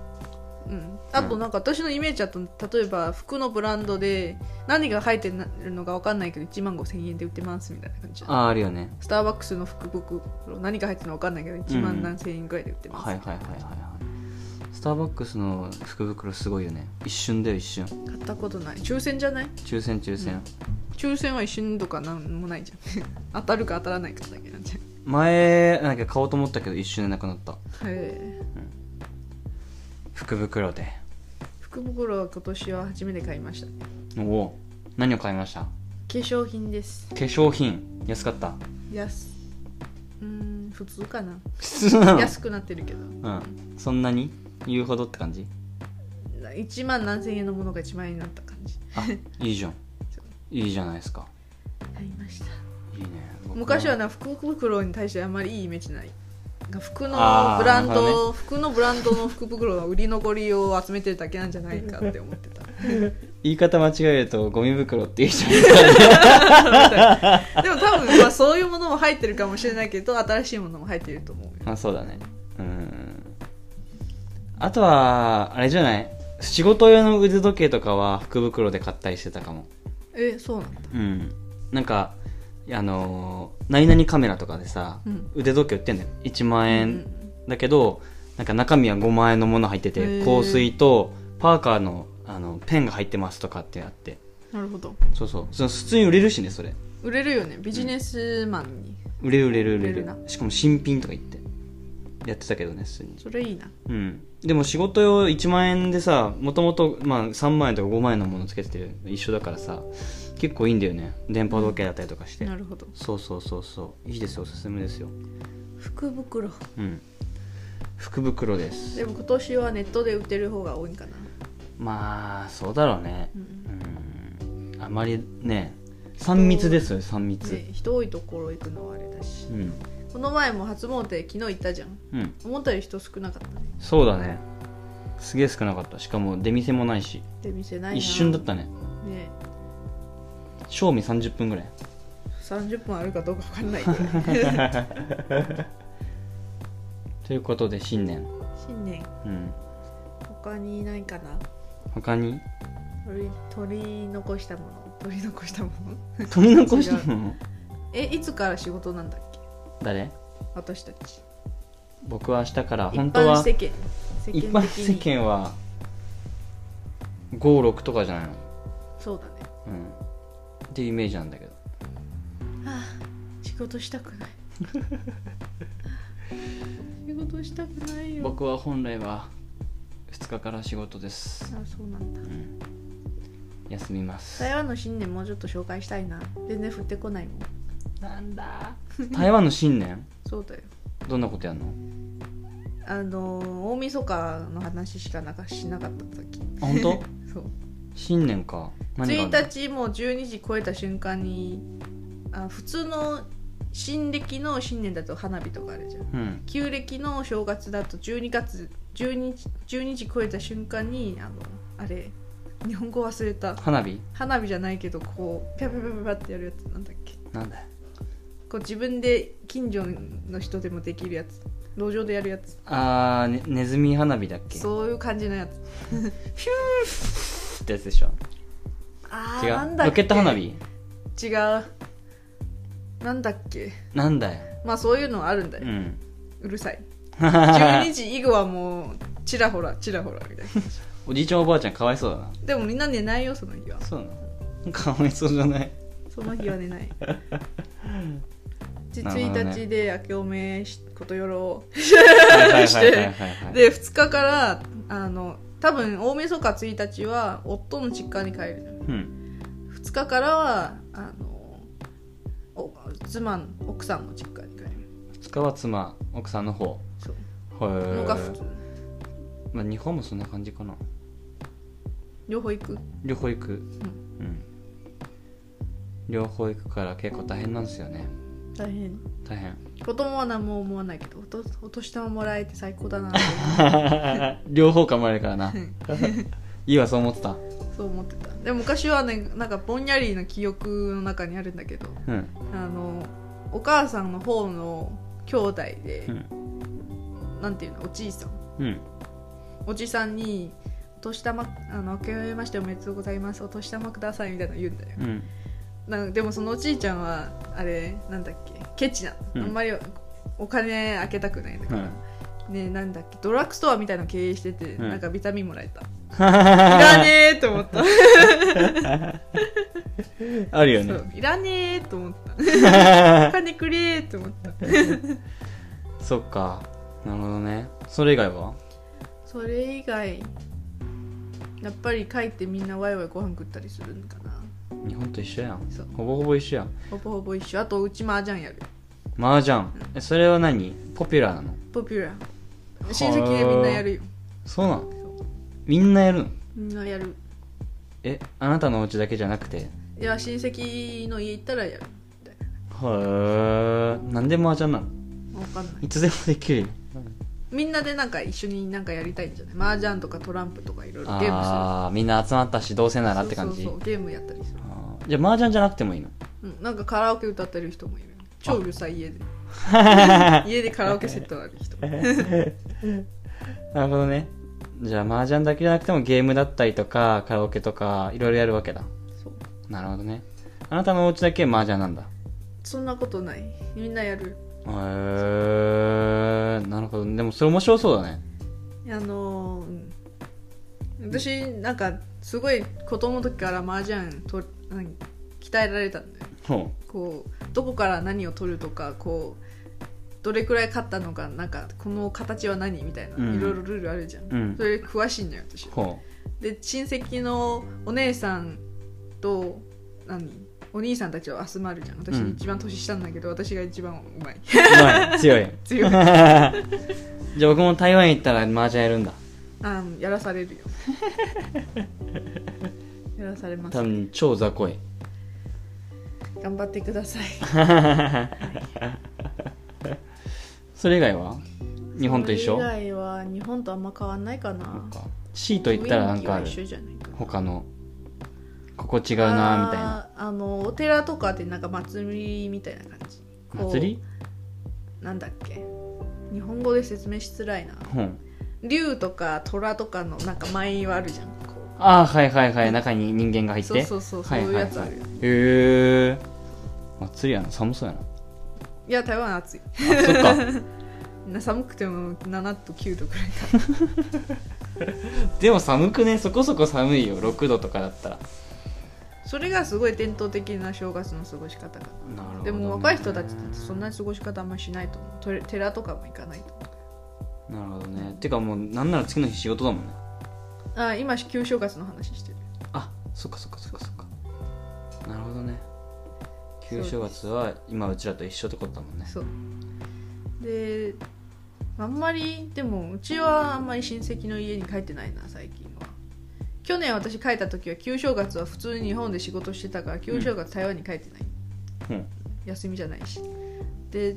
Speaker 1: うん、あとなんか私のイメージだと例えば服のブランドで何が入ってるのか分かんないけど1万5000円で売ってますみたいな感じ
Speaker 2: あああるよね
Speaker 1: スターバックスの福袋何が入ってるのか分かんないけど1
Speaker 2: うん
Speaker 1: 万何千円ぐらいで売ってます、
Speaker 2: はいはいはいはいはいスターバックスの福袋すごいよね一瞬だよ一瞬
Speaker 1: 買ったことない抽選じゃない
Speaker 2: 抽選抽選、
Speaker 1: 抽選は一瞬とかなん もないじゃん当たるか当たらないかだけなんじゃん
Speaker 2: 前なんか買おうと思ったけど一瞬でなくなった
Speaker 1: へえ
Speaker 2: 福袋で
Speaker 1: 福袋は今年は初めて買いました化
Speaker 2: おお何を買いました
Speaker 1: 粧品です
Speaker 2: 化粧品安かった
Speaker 1: 安うーん普通かな
Speaker 2: 普通なの
Speaker 1: 安くなってるけど
Speaker 2: うんそんなに言うほどって感じ
Speaker 1: 1万何千円のものが1万円になった感じ
Speaker 2: あいいじゃんいいじゃないですか
Speaker 1: 買いました
Speaker 2: いいね僕
Speaker 1: 昔はな福袋に対してあんまりいいイメージない服の
Speaker 2: あー
Speaker 1: ブラン
Speaker 2: なるほ
Speaker 1: ド、服のブランドの福袋は売り残りを集めてるだけなんじゃないかって思ってた
Speaker 2: 言い方間違えるとゴミ袋って言うじゃん
Speaker 1: でも多分、まあ、そういうものも入ってるかもしれないけど新しいものも入ってると思うよ
Speaker 2: まあそうだねうんあとはあれじゃない仕事用の腕時計とかは福袋で買ったりしてたかも
Speaker 1: えそうなんだ
Speaker 2: うんなんかあのー何々カメラとかでさ、
Speaker 1: うん
Speaker 2: 腕時計売ってんだよ1万円、
Speaker 1: うん
Speaker 2: だけどなんか中身は5万円のもの入って
Speaker 1: へ
Speaker 2: て
Speaker 1: ー
Speaker 2: 香水とパーカーのあのペンが入ってますとかってあって
Speaker 1: なるほど
Speaker 2: そうそうその普通に売れるしねそれ
Speaker 1: 売れるよねビジネスマンに、
Speaker 2: 売れる売れる売れ
Speaker 1: 売れ
Speaker 2: る
Speaker 1: るな
Speaker 2: しかも新品とか言ってやってたけどね普通に
Speaker 1: それいいな
Speaker 2: うん、でも仕事用1万円でさもともと3万円とか5万円のものつけてて一緒だからさ結構いいんだよね電波時計だったりとかして、
Speaker 1: なるほど
Speaker 2: そうそうそうそういいですよおすすめですよ
Speaker 1: 福袋
Speaker 2: うん福袋です
Speaker 1: でも今年はネットで売ってる方が多いんかな
Speaker 2: まあそうだろうね
Speaker 1: うん
Speaker 2: うんあまりね3密ですよ3密、
Speaker 1: で人多いところ行くのはあれだし
Speaker 2: うん
Speaker 1: この前も初詣昨日行ったじゃん
Speaker 2: うん
Speaker 1: 思ったより人少なかったね
Speaker 2: そうだねすげえ少なかったしかも出店もないし
Speaker 1: で店ないな
Speaker 2: 一瞬だったね
Speaker 1: ね
Speaker 2: 正味30分ぐらい
Speaker 1: 30分あるかどうか分かんないけ ど
Speaker 2: ということで新年
Speaker 1: 新年
Speaker 2: うん
Speaker 1: 他にないかな
Speaker 2: 他に
Speaker 1: 取り取り残したもの取り残したもの
Speaker 2: 取り残したの
Speaker 1: えいつから仕事なんだっけ
Speaker 2: 誰
Speaker 1: 私たち
Speaker 2: 僕は明日から
Speaker 1: 一
Speaker 2: 本当
Speaker 1: 般
Speaker 2: は
Speaker 1: 世間世
Speaker 2: 一般
Speaker 1: 的
Speaker 2: 世
Speaker 1: に
Speaker 2: 間は56とかじゃないの
Speaker 1: そうだね
Speaker 2: うんっていうイメージなんだけど
Speaker 1: はあ仕事したく ない仕事したくないよ
Speaker 2: 僕は本来は2日から仕事です、
Speaker 1: あそうなんだ
Speaker 2: うん、休みます
Speaker 1: 台湾の新年もうちょっと紹介したいな全然振ってこないもん
Speaker 2: なんだ台湾の新年
Speaker 1: そうだよ
Speaker 2: どんなことやんの
Speaker 1: あのー大晦日の話しかなんかしなかったさっき
Speaker 2: あ本 当
Speaker 1: そう
Speaker 2: 新年か何があんの
Speaker 1: 1日もう12時超えた瞬間にあ普通の新暦の新年だと花火とかあるじゃん
Speaker 2: うん
Speaker 1: 旧暦の正月だと12月12時 ,12 時超えた瞬間にあのあれ日本語忘れた
Speaker 2: 花火
Speaker 1: 花火じゃないけどこうピャピャピャピャってやるやつなんだっけ
Speaker 2: なんだよ
Speaker 1: こう自分で近所の人でもできるやつ路上でやるやつ
Speaker 2: あー、ね、ネズミ花火だっけ
Speaker 1: そういう感じのやつ
Speaker 2: ってやつでしょ
Speaker 1: あ
Speaker 2: 違
Speaker 1: ーなん
Speaker 2: う
Speaker 1: だっ
Speaker 2: ロ
Speaker 1: け
Speaker 2: ケット花火
Speaker 1: 違うなんだっけ
Speaker 2: なんだよ
Speaker 1: まあそういうのはあるんだ
Speaker 2: う
Speaker 1: よ、
Speaker 2: ん
Speaker 1: うるさい12時以後はもうちらほらちらほらみたいな
Speaker 2: おじいちゃんおばあちゃんかわいそうだな
Speaker 1: でもみんな寝ないよその日は
Speaker 2: そうなのかわいそうじゃない
Speaker 1: その日は寝 ないで
Speaker 2: なるほどね
Speaker 1: 1日で明けおめしことよろ
Speaker 2: はいは い
Speaker 1: し
Speaker 2: はいはい
Speaker 1: て
Speaker 2: はいはい
Speaker 1: で2日からあの多分大晦日1日は夫の実家に帰る
Speaker 2: うん
Speaker 1: 2日からはあのお妻の奥さんの実家に帰る
Speaker 2: 2日は妻奥さんの方
Speaker 1: そう
Speaker 2: へー
Speaker 1: のが普通
Speaker 2: まあ日本もそんな感じかな
Speaker 1: 両方行く
Speaker 2: 両方行くうん両方行くから結構大変なんですよね
Speaker 1: 大変
Speaker 2: 大 変
Speaker 1: 子供は何も思わないけどおとお年玉もらえて最高だなって
Speaker 2: 両方噛まれるか らな
Speaker 1: うん
Speaker 2: いいわそう思ってた
Speaker 1: そう思ってたでも昔はねなんかぼんやりの記憶の中にあるんだけど
Speaker 2: うん
Speaker 1: あのお母さんの方の兄弟で
Speaker 2: う、ん
Speaker 1: なんていうのおじいさん
Speaker 2: うん
Speaker 1: おじさんに「お年玉あの明けましておめでとうございますお年玉ください」みたいなの言うんだよ
Speaker 2: うん
Speaker 1: なんでもそのおじいちゃんはあれなんだっけケチな
Speaker 2: う
Speaker 1: の
Speaker 2: ん
Speaker 1: あんまりお金開けたくないだか
Speaker 2: う
Speaker 1: ら、
Speaker 2: ん
Speaker 1: ねなんだっけドラッグストアみたいなの経営してて、
Speaker 2: うん
Speaker 1: なんかビタミンもらえたい らねえと思った
Speaker 2: あるよ
Speaker 1: そ
Speaker 2: ね
Speaker 1: ういらねえと思った お金くれーと思った
Speaker 2: そっかなるほどねそれ以外は
Speaker 1: それ以外やっぱり帰ってみんなワイワイご飯食ったりするんかな
Speaker 2: 日本と一緒やん
Speaker 1: そう
Speaker 2: ほぼほぼ一緒やん
Speaker 1: ほぼほぼ一緒あとうち麻雀やる
Speaker 2: 麻雀えそれは何ポピュラーなの
Speaker 1: ポピュラー親戚でみんなやるよ
Speaker 2: そうなの
Speaker 1: そ
Speaker 2: みんなやるの
Speaker 1: みんなやる
Speaker 2: えあなたのお家だけじゃなくてへ
Speaker 1: いや親戚の家行ったらやる
Speaker 2: え何で麻雀なの
Speaker 1: わかんない
Speaker 2: いつでもできる
Speaker 1: みんなでなんか一緒になんかやりたいんじゃない麻雀とかトランプとかいろいろゲームする
Speaker 2: ああみんな集まったしどうせならって感
Speaker 1: そ
Speaker 2: じ
Speaker 1: うそうそうゲームやったりする、
Speaker 2: あーじゃあ麻雀じゃなくてもいいの
Speaker 1: うん、なんかカラオケ歌ってる人もいる超うるさい家で 家でカラオケセットある人
Speaker 2: なるほどねじゃあ麻雀だけじゃなくてもゲームだったりとかカラオケとかいろいろやるわけだ
Speaker 1: そう
Speaker 2: なるほどねあなたのお家だけ麻雀なんだ
Speaker 1: そんなことないみんなやる
Speaker 2: へえなるほどでもそれ面白そうだね
Speaker 1: あのーうん私なんかすごい子供の時から麻雀と何鍛えられたんだよ
Speaker 2: ほ
Speaker 1: こうどこから何を取るとかこうどれくらい勝ったのかなんかこの形は何みたいな
Speaker 2: うん
Speaker 1: いろいろルールあるじゃん、
Speaker 2: ううん
Speaker 1: それ詳しいんだよ私
Speaker 2: ほ
Speaker 1: で親戚のお姉さんと何お兄さんたちは集まるじゃん私
Speaker 2: うん
Speaker 1: 一番年下なんだけど、私が一番うまいう
Speaker 2: うまい強い
Speaker 1: 強い
Speaker 2: じゃあ僕も台湾行ったら麻雀やるんだ
Speaker 1: あやらされるよ やらされます
Speaker 2: 多分超雑魚い
Speaker 1: 頑張ってください
Speaker 2: それ以外は日本と一緒
Speaker 1: それ以外は日本とあんま変わんないか
Speaker 2: そ
Speaker 1: な
Speaker 2: っか C と言ったらなんかある
Speaker 1: 雰囲気は一緒じゃないかな
Speaker 2: 他のここ違うなみたいな
Speaker 1: あーあのお寺とかでなんか祭りみたいな感じこう
Speaker 2: 祭り
Speaker 1: なんだっけ日本語で説明しづらいな
Speaker 2: うん
Speaker 1: 竜とか虎とかのなんか舞はあるじゃんこう
Speaker 2: ああはいはいはい中に人間が入っ
Speaker 1: そう
Speaker 2: て
Speaker 1: そうそうそう
Speaker 2: はい
Speaker 1: い
Speaker 2: は
Speaker 1: う
Speaker 2: いは
Speaker 1: や
Speaker 2: い
Speaker 1: つあるよ、
Speaker 2: へえ祭りやな寒そうや
Speaker 1: いや台湾暑い
Speaker 2: なあそ っか
Speaker 1: な寒くても7度9度くらいか
Speaker 2: でも寒くねそこそこ寒いよ6度とかだったら
Speaker 1: それがすごい伝統的な正月の過ごし方かな
Speaker 2: なるほどね
Speaker 1: でも若い人たちってそんなに過ごし方あんましないと思うと寺とかも行かないと思
Speaker 2: なるほどねてかもうなんなら次の日仕事だもんね
Speaker 1: うあ今旧正月の話してる
Speaker 2: あそっかそっかそっかそっかなるほどね旧正月は今うちらと一緒ってことだもんね
Speaker 1: そうであんまりでもうちはあんまり親戚の家に帰ってないな最近は去年私帰った時は旧正月は普通に日本で仕事してたから旧正月台湾に帰ってない、
Speaker 2: うん
Speaker 1: 休みじゃないしで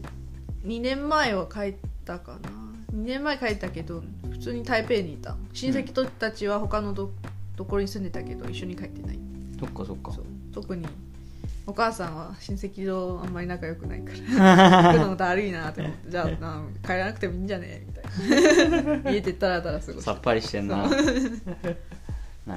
Speaker 1: 2年前は帰ったかな2年前帰ったけど普通に台北にいた親戚とたちは他のどところに住んでたけど一緒に帰ってない
Speaker 2: そっかそっか
Speaker 1: そう特にお母さんは親戚とあんまり仲良くないから 行くのだるいなって思ってじゃあな帰らなくてもいいんじゃねみた いな家でたらたら過ごし
Speaker 2: さっぱりしてんなな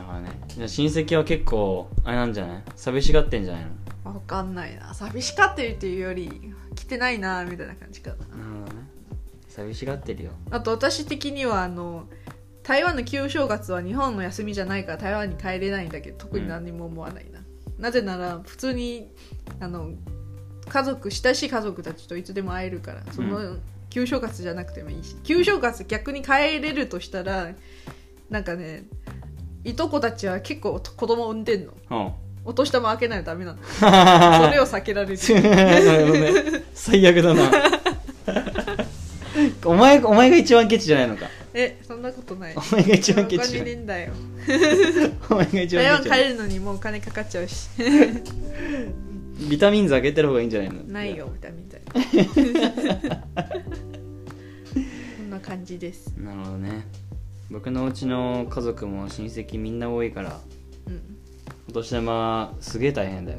Speaker 2: るほどねじゃあ親戚は結構あれなんじゃない寂しがってんじゃないの
Speaker 1: 分かんないな寂しかってるというより来てないなみたいな感じかな
Speaker 2: なるほどね寂しがってるよ
Speaker 1: あと私的にはあの台湾の旧正月は日本の休みじゃないから台湾に帰れないんだけど特に何も思わないな、なぜなら普通にあの家族親しい家族たちといつでも会えるからその旧正月じゃなくてもいいし旧正月逆に帰れるとしたらなんかねいとこたちは結構子供産んでんの
Speaker 2: うん
Speaker 1: お年玉開けないとダメなの そ
Speaker 2: な
Speaker 1: れを避けられ る
Speaker 2: るほどね最悪だ なお前お前が一番ケチじゃないのか
Speaker 1: えそんなことない
Speaker 2: お前が一番ケ
Speaker 1: お
Speaker 2: チじ
Speaker 1: 金ねえ
Speaker 2: ゃない
Speaker 1: んだよ
Speaker 2: お前が一
Speaker 1: 台湾
Speaker 2: 番ケチ
Speaker 1: 帰
Speaker 2: じゃない
Speaker 1: るのにもうお金かかっちゃうし
Speaker 2: ビタミンズあげてる方がいいんじゃないの
Speaker 1: ないよみたいみたいこんな感じです
Speaker 2: なるほどね僕のうちの家族も親戚みんな多いから
Speaker 1: うん
Speaker 2: お年玉すげえ大変だよ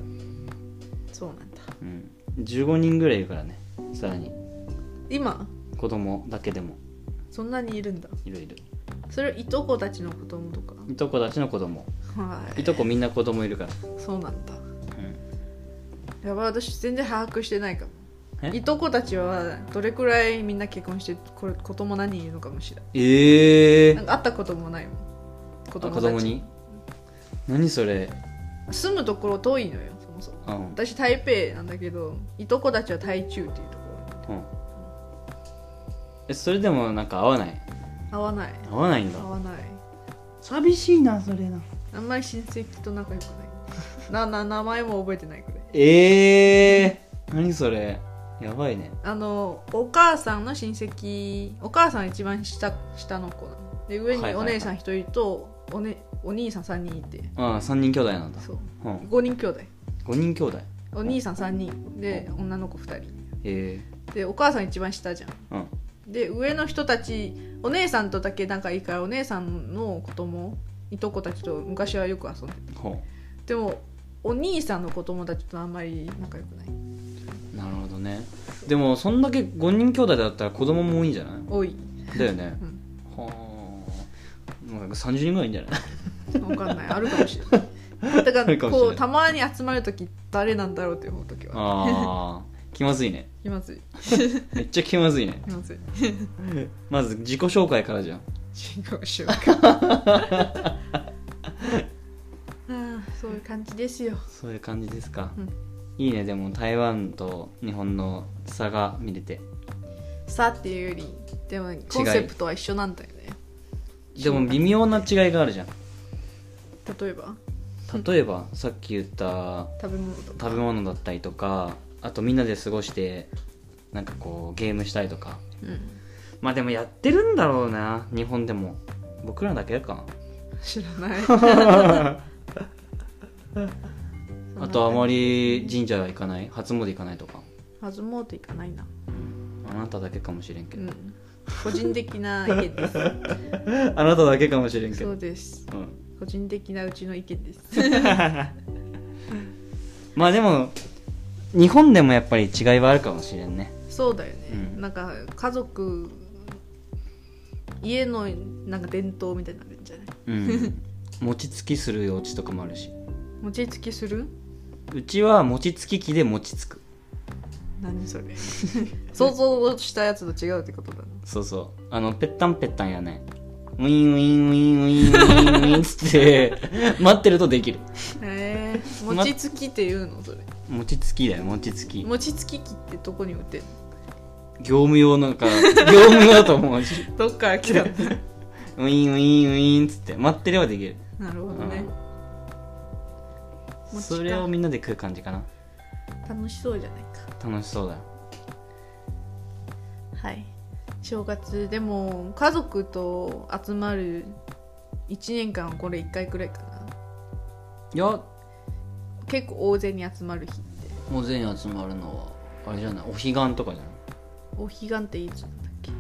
Speaker 1: そうなんだ
Speaker 2: うん15人ぐらいいるからねさらに
Speaker 1: 今
Speaker 2: 子供だけでも
Speaker 1: そんなにいるんだ
Speaker 2: いろいろ
Speaker 1: それいとこたちの子供とか
Speaker 2: いとこたちの子供
Speaker 1: はい
Speaker 2: いとこみんな子供いるから、
Speaker 1: そうなんだ
Speaker 2: うん
Speaker 1: やばい私全然把握してないかも
Speaker 2: え
Speaker 1: いとこたちはどれくらいみんな結婚してこれ子供何人いるのかもしれない
Speaker 2: ええ
Speaker 1: なんか会ったこともないもん子
Speaker 2: あ
Speaker 1: 供
Speaker 2: 子
Speaker 1: たち
Speaker 2: 供に何それ
Speaker 1: 住むところ遠いのよそもそも
Speaker 2: うん、
Speaker 1: 私台北なんだけどいとこたちは台中っていうところ
Speaker 2: うん、えそれでもなんか合わない
Speaker 1: に合わない
Speaker 2: 合わないんだ
Speaker 1: 合わない
Speaker 2: 寂しいなそれな
Speaker 1: あんまり親戚と仲良くないなな名前も覚えてないくらい
Speaker 2: ええー、何それやばいね
Speaker 1: あのお母さんの親戚お母さん一番下下の子なので上
Speaker 2: はい
Speaker 1: に
Speaker 2: はいは
Speaker 1: お
Speaker 2: い
Speaker 1: 姉さん一人とお,、ね、お兄さん3人いて
Speaker 2: ああ3人兄弟なんだ、
Speaker 1: そう
Speaker 2: うん、
Speaker 1: 5人兄弟
Speaker 2: 5人兄弟
Speaker 1: お兄さん3人で女の子2人
Speaker 2: え
Speaker 1: でお母さん一番下じゃん
Speaker 2: えー、
Speaker 1: で上の人たちお姉さんとだけ仲いいからお姉さんの子供いとこたちと昔はよく遊んで
Speaker 2: うんほ
Speaker 1: たでもお兄さんの子供たちとあんまり仲良くないう
Speaker 2: なるほどねでもそんだけ5人兄弟だったら子供も多いんじゃな
Speaker 1: 多い
Speaker 2: いだよ ね
Speaker 1: うん
Speaker 2: はあなんか30人ぐらいいんじ ゃない
Speaker 1: 分かんないあるかもしれないだか
Speaker 2: あるからもしれ
Speaker 1: こ
Speaker 2: な
Speaker 1: う
Speaker 2: い
Speaker 1: たまに集まる時誰なんだろうって思う時は
Speaker 2: ああ気まずいね
Speaker 1: 気まずい
Speaker 2: めっちゃ気まずいね
Speaker 1: 気まずい
Speaker 2: まず自己紹介からじゃん
Speaker 1: 違う 瞬間ああそういう感じですよ
Speaker 2: そういう感じですか、
Speaker 1: うん
Speaker 2: いいねでも台湾と日本の差が見れて
Speaker 1: さあっていうよりでもコンセプトは一緒なんだよね
Speaker 2: でも微妙な違いがあるじゃん
Speaker 1: 例えば
Speaker 2: 例えばさっき言った
Speaker 1: 食べ物とか
Speaker 2: 食べ物だったりとかあとみんなで過ごしてなんかこうゲームしたりとか
Speaker 1: うん
Speaker 2: まあでもやってるんだろうな日本でも僕らだけか
Speaker 1: 知らない
Speaker 2: な あとあま
Speaker 1: り
Speaker 2: り神社は行かない初詣行かないとか
Speaker 1: 初詣行かないな
Speaker 2: あなただけかもしれんけ
Speaker 1: う
Speaker 2: ど、
Speaker 1: ん個人的な意見 です
Speaker 2: あなただけかもしれんけ
Speaker 1: そ
Speaker 2: ど
Speaker 1: うです
Speaker 2: うん
Speaker 1: 個人的なうちの意見です
Speaker 2: まあでも日本でもやっぱり違いはあるかもしれんね
Speaker 1: そうだよね、
Speaker 2: うん
Speaker 1: なんか家族家のなんか伝統みたいになるんじゃない
Speaker 2: うん餅つきするお家とかもあるし
Speaker 1: 餅つきする
Speaker 2: うちは餅つき機で餅つく
Speaker 1: 何それ 想像したやつと違うってことだな
Speaker 2: そうそうあのペッタンペッタンやねウィンウィンウィンウィンウィンウィンっつって 待ってるとできる
Speaker 1: へえ餅つきっていうのそれ
Speaker 2: 餅つきだよ餅つき業
Speaker 1: 餅つき機ってどこに売ってん
Speaker 2: 務用なん か業務用だと思うし
Speaker 1: のどっから 来たの
Speaker 2: ウィンウィンウィンっつって待ってればできる
Speaker 1: なるほどね、
Speaker 2: うん
Speaker 1: 餅か
Speaker 2: それをみんなで食う感じかな
Speaker 1: 楽しそうじゃないか
Speaker 2: 楽しそうだよ
Speaker 1: はい正月でも家族と集まる1年間はこれ1回くらいかない
Speaker 2: や
Speaker 1: 結構大勢に集まる日って
Speaker 2: もう全員集まるのはあれじゃないお彼岸とかじゃない
Speaker 1: お彼岸っていつなんだっけ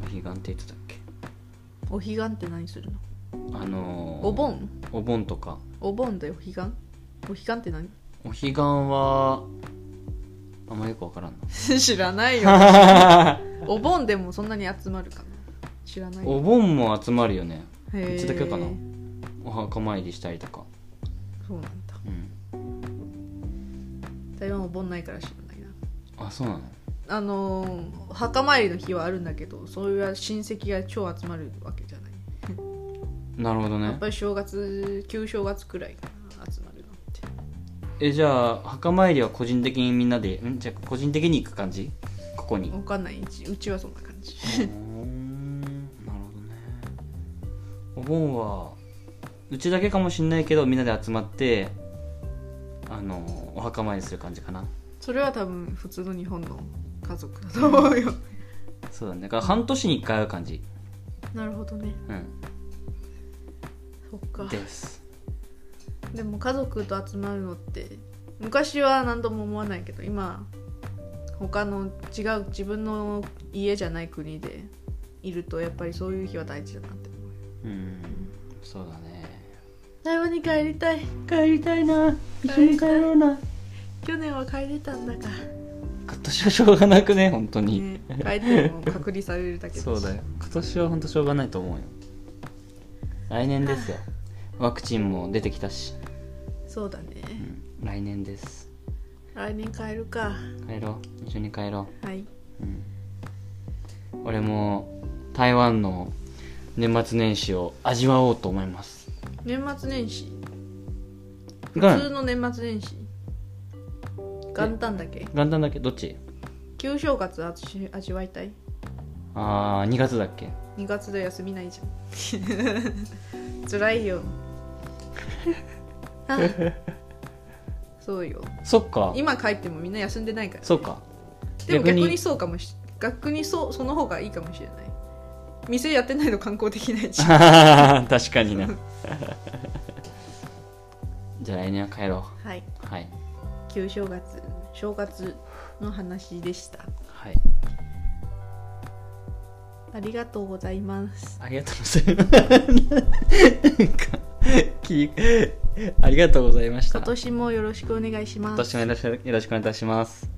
Speaker 2: お彼岸って言ってたっけ
Speaker 1: お彼岸って何するの
Speaker 2: あのー
Speaker 1: お盆
Speaker 2: お盆とか
Speaker 1: お盆だよお彼岸お彼岸って何
Speaker 2: お彼岸はあんまよくわからん
Speaker 1: 知らない よ
Speaker 2: な
Speaker 1: お盆でもそんなに集まるかな知らない
Speaker 2: お盆も集まるよね
Speaker 1: へー
Speaker 2: いつだけかなお墓参りしたりとか
Speaker 1: そうなんだ
Speaker 2: うん
Speaker 1: 台湾お盆ないから知らないな
Speaker 2: あそうなの
Speaker 1: あのーお墓参りの日はあるんだけどそういう親戚が超集まるわけじゃない、
Speaker 2: なるほど
Speaker 1: やっ
Speaker 2: ね
Speaker 1: ぱり正月旧正月くらいかな集まるのって
Speaker 2: えじゃあ墓参りは個人的にみんなでんじゃあ個人的に行く感じここに
Speaker 1: わかんないうちうちはそんな感じ
Speaker 2: うーんなるほどねお盆はうちだけかもしんないけどみんなで集まってあのお墓参りする感じかな
Speaker 1: それは多分普通の日本の家族だと思うよ
Speaker 2: そうだねだから半年に1回会う感じ
Speaker 1: なるほどね
Speaker 2: うん
Speaker 1: そっか
Speaker 2: です
Speaker 1: でも家族と集まるのって昔は何とも思わないけど今他の違う自分の家じゃない国でいるとやっぱりそういう日は大事だなって思う
Speaker 2: うんそうだね
Speaker 1: 台湾に帰りたい
Speaker 2: 帰りたいな
Speaker 1: 一緒に帰ろ
Speaker 2: うな
Speaker 1: 去年は帰れたんだか
Speaker 2: 今年はしょうがなくね本当
Speaker 1: ら、
Speaker 2: に、
Speaker 1: ね、帰っても隔離されるだけだし
Speaker 2: そうだよ今年は本当しょうがないと思うよ来年ですよワクチンも出てきたし、
Speaker 1: そうだね
Speaker 2: うん、来年です
Speaker 1: 来年帰るか
Speaker 2: 帰ろう一緒に帰ろ
Speaker 1: はい、
Speaker 2: う、うん、俺も台湾の年末年始を味わおうと思います
Speaker 1: 年末年始普
Speaker 2: が
Speaker 1: 通の年末年始元旦だけ
Speaker 2: 元旦だっけどっち
Speaker 1: 旧正月味味わいたい
Speaker 2: ああ2月だっけ
Speaker 1: 2月で休みないじゃん 辛 いよあそうよ
Speaker 2: そっか
Speaker 1: 今帰ってもみんな休んでないから
Speaker 2: そっか
Speaker 1: でも逆にそうかもし逆にそうその方がいいかもしれない店やってないと観光できない しは
Speaker 2: 確かにな じゃあ来年は帰ろ
Speaker 1: いう
Speaker 2: はい
Speaker 1: 旧正月正月の話でした
Speaker 2: はい
Speaker 1: ありがとうございます
Speaker 2: ありがとうございますなんかきありがとうございました
Speaker 1: 今年もよろしくお願いしま
Speaker 2: 今
Speaker 1: す
Speaker 2: 年もよろしくお願いいたします